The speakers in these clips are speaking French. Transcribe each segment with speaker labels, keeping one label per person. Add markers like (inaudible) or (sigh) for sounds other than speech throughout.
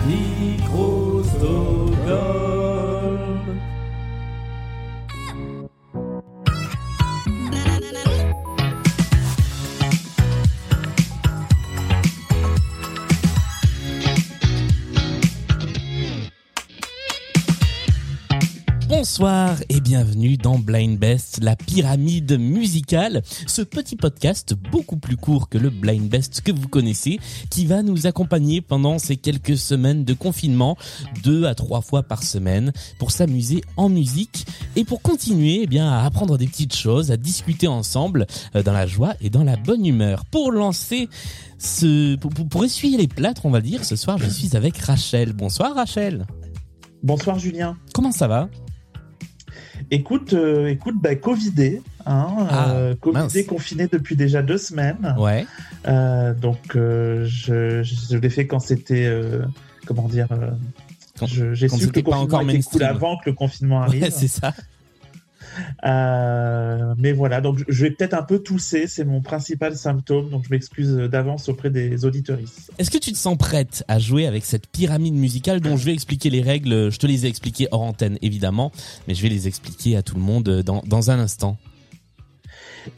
Speaker 1: micro Stockholm.
Speaker 2: Bonsoir et bienvenue dans Blind Best, la pyramide musicale, ce petit podcast beaucoup plus court que le Blind Best que vous connaissez, qui va nous accompagner pendant ces quelques semaines de confinement, deux à trois fois par semaine, pour s'amuser en musique et pour continuer eh bien, à apprendre des petites choses, à discuter ensemble euh, dans la joie et dans la bonne humeur. Pour lancer ce... Pour, pour- pour essuyer les plâtres, on va dire, ce soir je suis avec Rachel. Bonsoir Rachel
Speaker 3: Bonsoir Julien.
Speaker 2: Comment ça va
Speaker 3: Écoute, euh, écoute, bah, Covidé, hein,
Speaker 2: Ah,
Speaker 3: euh, Covidé,
Speaker 2: mince.
Speaker 3: confiné depuis déjà deux semaines.
Speaker 2: Ouais.
Speaker 3: Euh, donc euh, je, je, je l'ai fait quand c'était, euh, comment dire, euh,
Speaker 2: Quand-
Speaker 3: je- j'ai
Speaker 2: quand
Speaker 3: su que
Speaker 2: c'était
Speaker 3: le
Speaker 2: pas
Speaker 3: confinement
Speaker 2: encore
Speaker 3: était cool
Speaker 2: mainstream.
Speaker 3: avant que le confinement arrive.
Speaker 2: Ouais, (laughs) c'est ça.
Speaker 3: Euh, mais voilà, donc je- je vais peut-être un peu tousser, c'est mon principal symptôme, donc je m'excuse d'avance auprès des auditoristes.
Speaker 2: Est-ce que tu te sens prête à jouer avec cette pyramide musicale dont je vais expliquer les règles Je te les ai expliquées hors antenne, évidemment, mais je vais les expliquer à tout le monde euh, dans, dans un instant.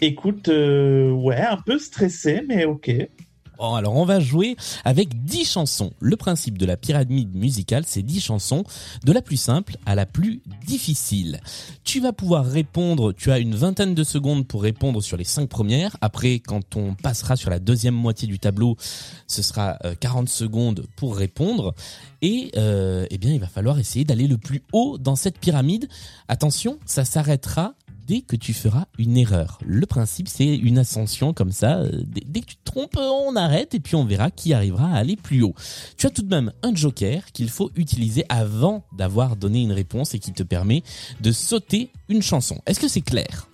Speaker 3: Écoute, euh, ouais, un peu stressé, mais ok.
Speaker 2: Bon, Oh, alors on va jouer avec 10 chansons. Le principe de la pyramide musicale, c'est 10 chansons, de la plus simple à la plus difficile. Tu vas pouvoir répondre, tu as une vingtaine de secondes pour répondre sur les 5 premières. Après, quand on passera sur la deuxième moitié du tableau, ce sera euh, 40 secondes pour répondre. Et euh, eh bien, il va falloir essayer d'aller le plus haut dans cette pyramide. Attention, ça s'arrêtera dès que tu feras une erreur. Le principe, c'est une ascension comme ça. euh, Dès, dès que tu te trompes, euh, on arrête et puis on verra qui arrivera à aller plus haut. Tu as tout de même un joker qu'il faut utiliser avant d'avoir donné une réponse et qui te permet de sauter une chanson. Est-ce que c'est clair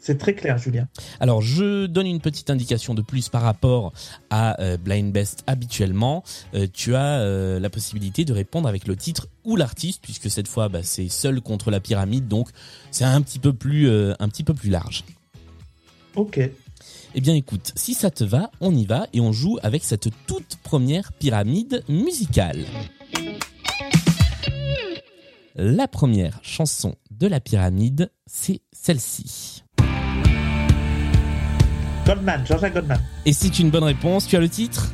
Speaker 3: C'est très clair, Julien.
Speaker 2: alors, je donne une petite indication de plus par rapport à euh, Blind Best habituellement. Euh, tu as euh, la possibilité de répondre avec le titre ou l'artiste, puisque cette fois, bah, c'est seul contre la pyramide, donc c'est un petit peu plus, euh, un petit peu plus large.
Speaker 3: Ok.
Speaker 2: Eh bien écoute, si ça te va, on y va et on joue avec cette toute première pyramide musicale. La première chanson de la pyramide, c'est celle-ci.
Speaker 3: Goldman, Jean-Jacques Goldman.
Speaker 2: Et c'est une bonne réponse, tu as le titre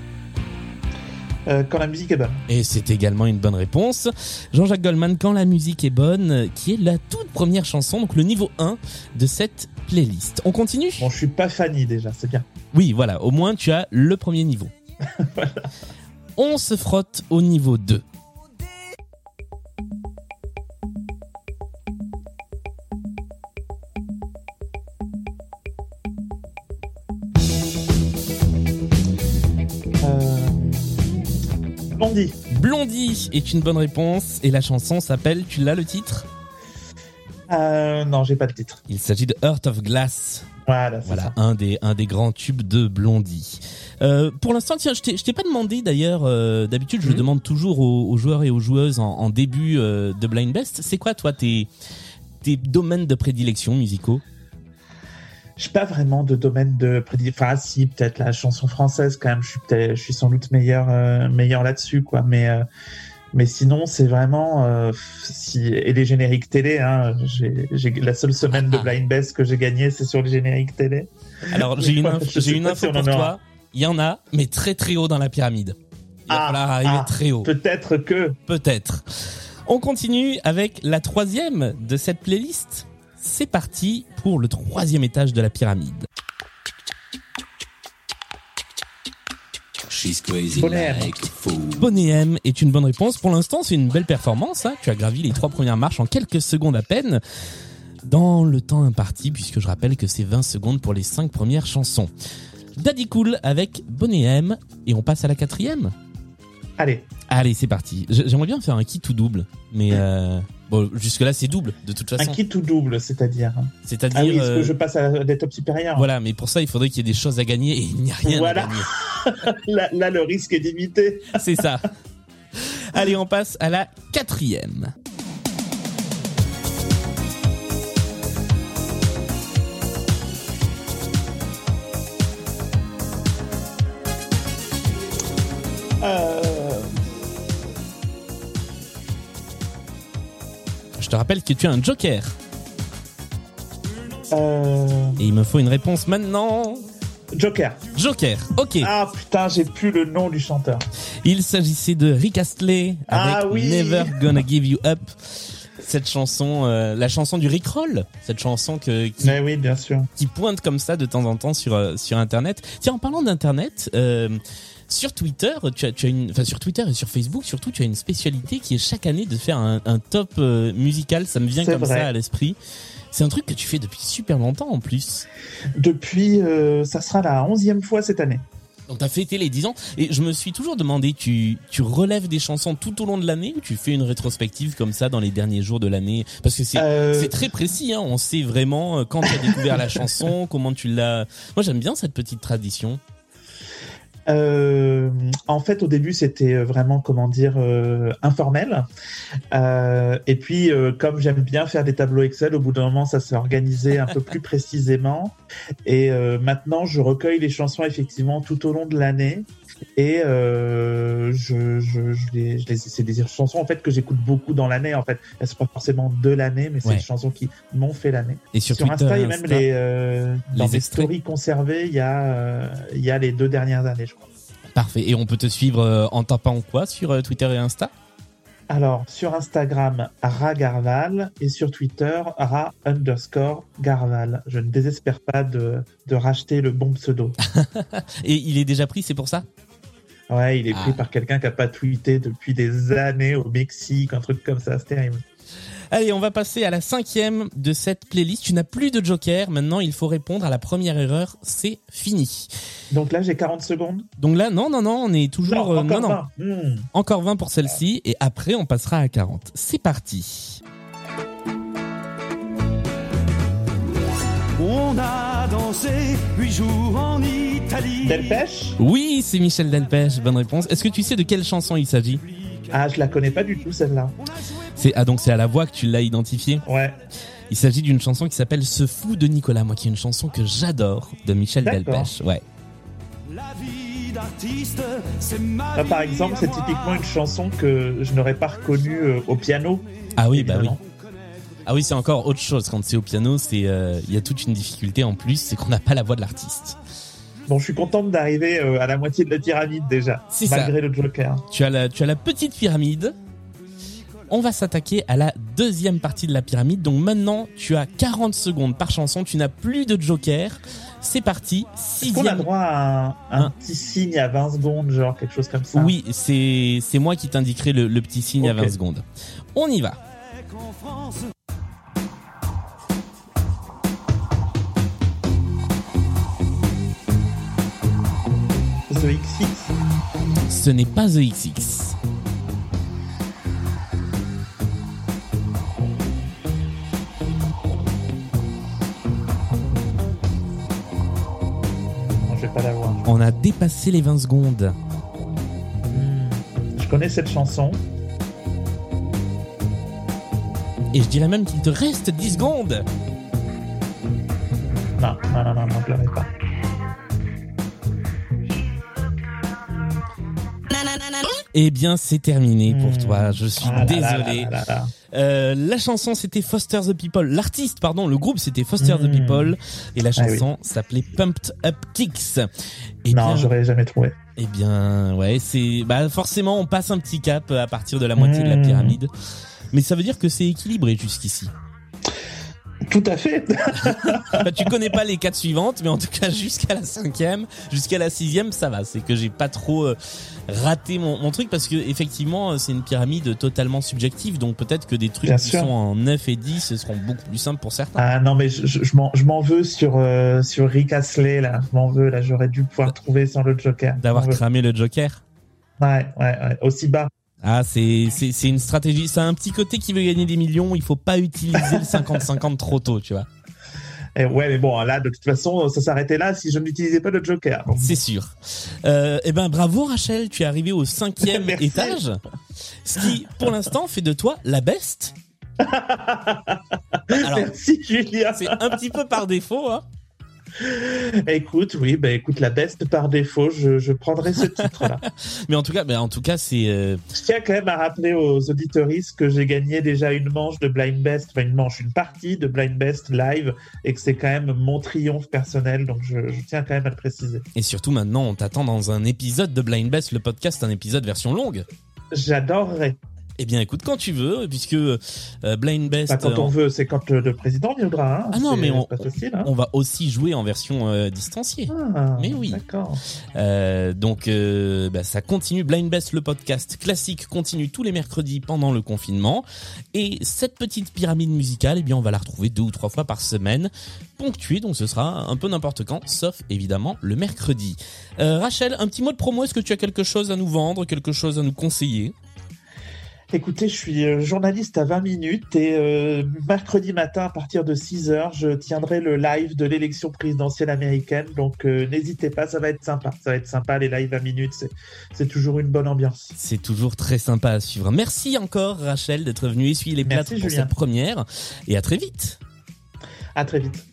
Speaker 3: Euh, quand la musique est bonne.
Speaker 2: Et c'est également une bonne réponse. Jean-Jacques Goldman, Quand la musique est bonne, euh, qui est la toute première chanson, donc le niveau 1 de cette playlist. On continue
Speaker 3: Bon, je suis pas Fanny déjà, c'est bien.
Speaker 2: Oui, voilà, au moins tu as le premier niveau. On se frotte au niveau 2.
Speaker 3: Euh... Blondie,
Speaker 2: Blondie est une bonne réponse et la chanson s'appelle, tu l'as le titre
Speaker 3: euh, non, j'ai pas le titre.
Speaker 2: Il s'agit de Heart of Glass,
Speaker 3: Voilà, c'est
Speaker 2: voilà
Speaker 3: ça.
Speaker 2: un des, un des grands tubes de Blondie. Euh, pour l'instant, tiens, je t'ai je t'ai pas demandé d'ailleurs, euh, d'habitude je
Speaker 3: Mhm.
Speaker 2: demande toujours aux, aux joueurs et aux joueuses en, en début euh, de Blind Best, c'est quoi toi tes, tes domaines de prédilection musicaux
Speaker 3: J'ai pas vraiment de domaine de prédit. Enfin, si, peut-être la chanson française quand même. Je suis peut-être, je suis sans doute meilleur, euh, meilleur là-dessus, quoi. Mais, euh, mais sinon, c'est vraiment euh, si et les génériques télé. Hein, j'ai, j'ai la seule semaine de
Speaker 2: Ah.
Speaker 3: Blind Best que j'ai gagnée, c'est sur les génériques télé. (laughs)
Speaker 2: Alors j'ai une,
Speaker 3: Ouais,
Speaker 2: inf-
Speaker 3: je sais
Speaker 2: j'ai une
Speaker 3: pas si
Speaker 2: info
Speaker 3: on
Speaker 2: pour
Speaker 3: en aura.
Speaker 2: toi, il y en a, mais très très haut dans la pyramide. Il va
Speaker 3: Ah,
Speaker 2: falloir arriver
Speaker 3: ah,
Speaker 2: très haut.
Speaker 3: Peut-être que
Speaker 2: peut-être. On continue avec la troisième de cette playlist. C'est parti pour le troisième étage de la pyramide.
Speaker 4: She's crazy
Speaker 3: Bonnet.
Speaker 4: like a fool.
Speaker 2: Bonnet M est une bonne réponse. Pour l'instant, c'est une belle performance. hein. Tu as gravi les trois premières marches en quelques secondes à peine. Dans le temps imparti, puisque je rappelle que c'est 20 secondes pour les cinq premières chansons. Daddy Cool avec Bonnet M. Et on passe à la quatrième.
Speaker 3: allez,
Speaker 2: Allez, c'est parti. J- J'aimerais bien faire un kit tout double. Mais euh, bon, jusque-là, c'est double, de toute
Speaker 3: un
Speaker 2: façon.
Speaker 3: kit ou double, c'est-à-dire.
Speaker 2: C'est-à-dire.
Speaker 3: Ah oui, est-ce
Speaker 2: euh,
Speaker 3: que je passe à l'étape supérieure
Speaker 2: Voilà, mais pour ça, il faudrait qu'il y ait des choses à gagner et il n'y a rien à
Speaker 3: Voilà.
Speaker 2: gagner.
Speaker 3: là, là, le risque est limité. (laughs)
Speaker 2: C'est ça. Allez, on passe à la quatrième.
Speaker 3: Euh,
Speaker 2: te rappelle que tu as un joker.
Speaker 3: Euh,
Speaker 2: Et il me faut une réponse maintenant.
Speaker 3: Joker.
Speaker 2: Joker, ok.
Speaker 3: Ah putain, j'ai plus le nom du chanteur.
Speaker 2: Il s'agissait de Rick Astley avec
Speaker 3: Ah oui.
Speaker 2: Never Gonna Give You Up. Cette chanson, euh, la chanson du Rick Roll, cette chanson que, qui,
Speaker 3: Mais oui, bien sûr.
Speaker 2: qui pointe comme ça de temps en temps sur euh, sur Internet. Tiens, en parlant d'Internet, euh, sur Twitter, tu as, tu as une, enfin sur Twitter et sur Facebook surtout, tu as une spécialité qui est chaque année de faire un, un top euh, musical. Ça me vient
Speaker 3: C'est
Speaker 2: comme
Speaker 3: vrai.
Speaker 2: ça à l'esprit. C'est un truc que tu fais depuis super longtemps en plus.
Speaker 3: Depuis, euh, ça sera la onzième fois cette année.
Speaker 2: Donc t'as fêté les 10 ans et je me suis toujours demandé, tu, tu relèves des chansons tout au long de l'année ou tu fais une rétrospective comme ça dans les derniers jours de l'année Parce que c'est
Speaker 3: Euh,
Speaker 2: c'est très précis, hein, on sait vraiment euh, quand tu as
Speaker 3: (laughs)
Speaker 2: découvert la chanson, comment tu l'as... Moi j'aime bien cette petite tradition.
Speaker 3: Euh, en fait, au début, c'était vraiment, comment dire, euh, informel. Euh, et puis, euh, comme j'aime bien faire des tableaux Excel, au bout d'un moment, ça s'est organisé un peu
Speaker 2: (laughs)
Speaker 3: plus précisément. Et euh, maintenant, je recueille les chansons, effectivement, tout au long de l'année. Et euh, je, je, je les, je les- c'est des chansons, en fait, que j'écoute beaucoup dans l'année. En fait, elles sont pas forcément de l'année, mais c'est
Speaker 2: Ouais.
Speaker 3: des chansons qui m'ont fait l'année
Speaker 2: Et sur,
Speaker 3: sur
Speaker 2: Twitter,
Speaker 3: Insta, il y a même
Speaker 2: Insta.
Speaker 3: les, euh, dans
Speaker 2: les
Speaker 3: les
Speaker 2: extraits.
Speaker 3: stories conservées, il y, a, euh, il y a les deux dernières années, je crois.
Speaker 2: Parfait, et on peut te suivre euh, en tapant quoi sur euh, Twitter et Insta
Speaker 3: Alors, sur Instagram, Ra Garval et sur Twitter, Ra underscore Garval. Je ne désespère pas de, de racheter le bon pseudo.
Speaker 2: Et il est déjà pris, c'est pour ça
Speaker 3: Ouais, il est pris
Speaker 2: Ah.
Speaker 3: par quelqu'un qui n'a pas tweeté depuis des années au Mexique, un truc comme ça, c'est terrible.
Speaker 2: Allez, on va passer à la cinquième de cette playlist. Tu n'as plus de joker, maintenant il faut répondre à la première erreur, c'est fini.
Speaker 3: Donc là, j'ai 40 secondes.
Speaker 2: Donc là, non, non, non, on est toujours... euh,
Speaker 3: non, encore
Speaker 2: non, non.
Speaker 3: 20. Hmm.
Speaker 2: Encore 20 pour celle-ci et après on passera à 40. C'est parti.
Speaker 1: On a dansé huit jours en Italie.
Speaker 3: Delpech
Speaker 2: Oui, c'est Michel Delpech, bonne réponse. Est-ce que tu sais de quelle chanson il s'agit
Speaker 3: Ah, je la connais pas du tout, celle-là.
Speaker 2: C'est ah donc c'est à la voix que tu l'as identifié.
Speaker 3: Ouais.
Speaker 2: Il s'agit d'une chanson qui s'appelle Ce fou de Nicolas, moi qui est une chanson que j'adore de Michel
Speaker 3: D'accord.
Speaker 2: Delpech. Ouais.
Speaker 1: La vie d'artiste, c'est ma
Speaker 3: Là, par
Speaker 1: vie
Speaker 3: exemple,
Speaker 1: à
Speaker 3: c'est
Speaker 1: moi.
Speaker 3: typiquement une chanson que je n'aurais pas reconnue euh, au piano.
Speaker 2: Ah oui, bah oui.
Speaker 3: Évidemment.
Speaker 2: Ah oui, c'est encore autre chose quand c'est au piano, c'est euh, il y a toute une difficulté en plus, c'est qu'on n'a pas la voix de l'artiste.
Speaker 3: Bon, je suis contente d'arriver euh, à la moitié de la pyramide déjà,
Speaker 2: C'est ça.
Speaker 3: malgré le Joker.
Speaker 2: Tu as la, tu as la petite pyramide. On va s'attaquer à la deuxième partie de la pyramide. Donc maintenant, tu as 40 secondes par chanson. Tu n'as plus de joker. C'est parti.
Speaker 3: Est-ce qu'on a
Speaker 2: Sixième.
Speaker 3: droit à un, un
Speaker 2: Hein.
Speaker 3: petit signe à 20 secondes, genre quelque chose comme ça
Speaker 2: Oui, c'est c'est moi qui t'indiquerai le, le petit signe à
Speaker 3: Ok.
Speaker 2: 20 secondes. On y va.
Speaker 1: En France,
Speaker 3: The XX.
Speaker 2: Ce n'est pas The XX.
Speaker 3: Non, je vais pas l'avoir.
Speaker 2: On a dépassé les 20 secondes. Hmm.
Speaker 3: Je connais cette chanson.
Speaker 2: Et je dirais même qu'il te reste 10 secondes.
Speaker 3: Non, non, non, non, non je l'avais pas.
Speaker 2: Eh bien, c'est terminé pour
Speaker 3: Hmm.
Speaker 2: toi. Je suis
Speaker 3: Ah là
Speaker 2: désolé.
Speaker 3: là là là là là.
Speaker 2: Euh, la chanson c'était Foster the People. L'artiste, pardon, le groupe c'était Foster the
Speaker 3: Mm.
Speaker 2: People. Et la
Speaker 3: Ah oui.
Speaker 2: chanson s'appelait Pumped Up Kicks. Et
Speaker 3: Non,
Speaker 2: Eh bien,
Speaker 3: j'aurais jamais trouvé.
Speaker 2: eh bien, ouais, c'est, bah, forcément, on passe un petit cap à partir de la moitié de la
Speaker 3: Mm.
Speaker 2: pyramide. Mais ça veut dire que c'est équilibré jusqu'ici.
Speaker 3: Tout à fait.
Speaker 2: (laughs) Bah, tu connais pas les quatre suivantes, mais en tout cas, jusqu'à la cinquième, jusqu'à la sixième, ça va. C'est que j'ai pas trop euh, raté mon, mon truc parce que, effectivement, euh, c'est une pyramide totalement subjective. Donc peut-être que des trucs
Speaker 3: Bien
Speaker 2: qui
Speaker 3: sûr.
Speaker 2: sont en 9 et 10 ce seront beaucoup plus simples pour certains.
Speaker 3: Ah non, mais je, je, je m'en- je m'en veux sur, euh, sur Rick Astley, là. Je m'en veux, là. J'aurais dû pouvoir trouver sans le Joker.
Speaker 2: D'avoir
Speaker 3: Je m'en veux.
Speaker 2: cramé le Joker.
Speaker 3: Ouais, ouais, ouais. Aussi bas.
Speaker 2: Ah, c'est, c'est, c'est une stratégie. C'est un petit côté qui veut gagner des millions. Il faut pas utiliser le 50-50 trop tôt, tu vois.
Speaker 3: Et ouais, mais bon, là, de toute façon, ça s'arrêtait là si je n'utilisais pas le Joker. Donc,
Speaker 2: C'est sûr. Euh, eh ben, bravo, Rachel. Tu es arrivé au cinquième
Speaker 3: (laughs) Merci.
Speaker 2: étage. Ce qui, pour l'instant, fait de toi
Speaker 3: (laughs)
Speaker 2: la best. Alors,
Speaker 3: Merci, Julien.
Speaker 2: c'est un petit peu par défaut, hein.
Speaker 3: écoute, oui, bah écoute, la best par défaut, je, je prendrai ce
Speaker 2: (laughs)
Speaker 3: titre-là.
Speaker 2: Mais en tout cas, mais en tout cas, c'est euh,
Speaker 3: Je tiens quand même à rappeler aux auditoristes que j'ai gagné déjà une manche de Blind Best, enfin une manche, une partie de Blind Best live, et que c'est quand même mon triomphe personnel, donc je, je tiens quand même à le préciser.
Speaker 2: et surtout maintenant, on t'attend dans un épisode de Blind Best, le podcast, un épisode version longue.
Speaker 3: J'adorerais. Bah,
Speaker 2: Eh bien, écoute quand tu veux, puisque euh, Blind Best,
Speaker 3: Pas quand
Speaker 2: euh,
Speaker 3: on veut, c'est quand le, le président viendra. Hein.
Speaker 2: Ah non,
Speaker 3: C'est-
Speaker 2: mais on-
Speaker 3: c'est pas facile. Hein.
Speaker 2: on va aussi jouer en version euh, distanciée.
Speaker 3: Ah,
Speaker 2: Mais oui.
Speaker 3: D'accord.
Speaker 2: Euh, donc euh, bah, ça continue Blind Best le podcast classique continue tous les mercredis pendant le confinement et cette petite pyramide musicale eh bien on va la retrouver deux ou trois fois par semaine ponctuée donc ce sera un peu n'importe quand sauf évidemment le mercredi. Euh, Rachel un petit mot de promo est-ce que tu as quelque chose à nous vendre quelque chose à nous conseiller
Speaker 3: Écoutez, je suis euh, journaliste à 20 minutes et euh, mercredi matin à partir de 6h, je tiendrai le live de l'élection présidentielle américaine. Donc euh, n'hésitez pas, ça va être sympa. Ça va être sympa, les lives 20 minutes, c'est- c'est toujours une bonne ambiance.
Speaker 2: C'est toujours très sympa à suivre. Merci encore Rachel d'être venue essuyer les
Speaker 3: Merci,
Speaker 2: plates pour
Speaker 3: Julien.
Speaker 2: cette première et à très vite.
Speaker 3: À très vite.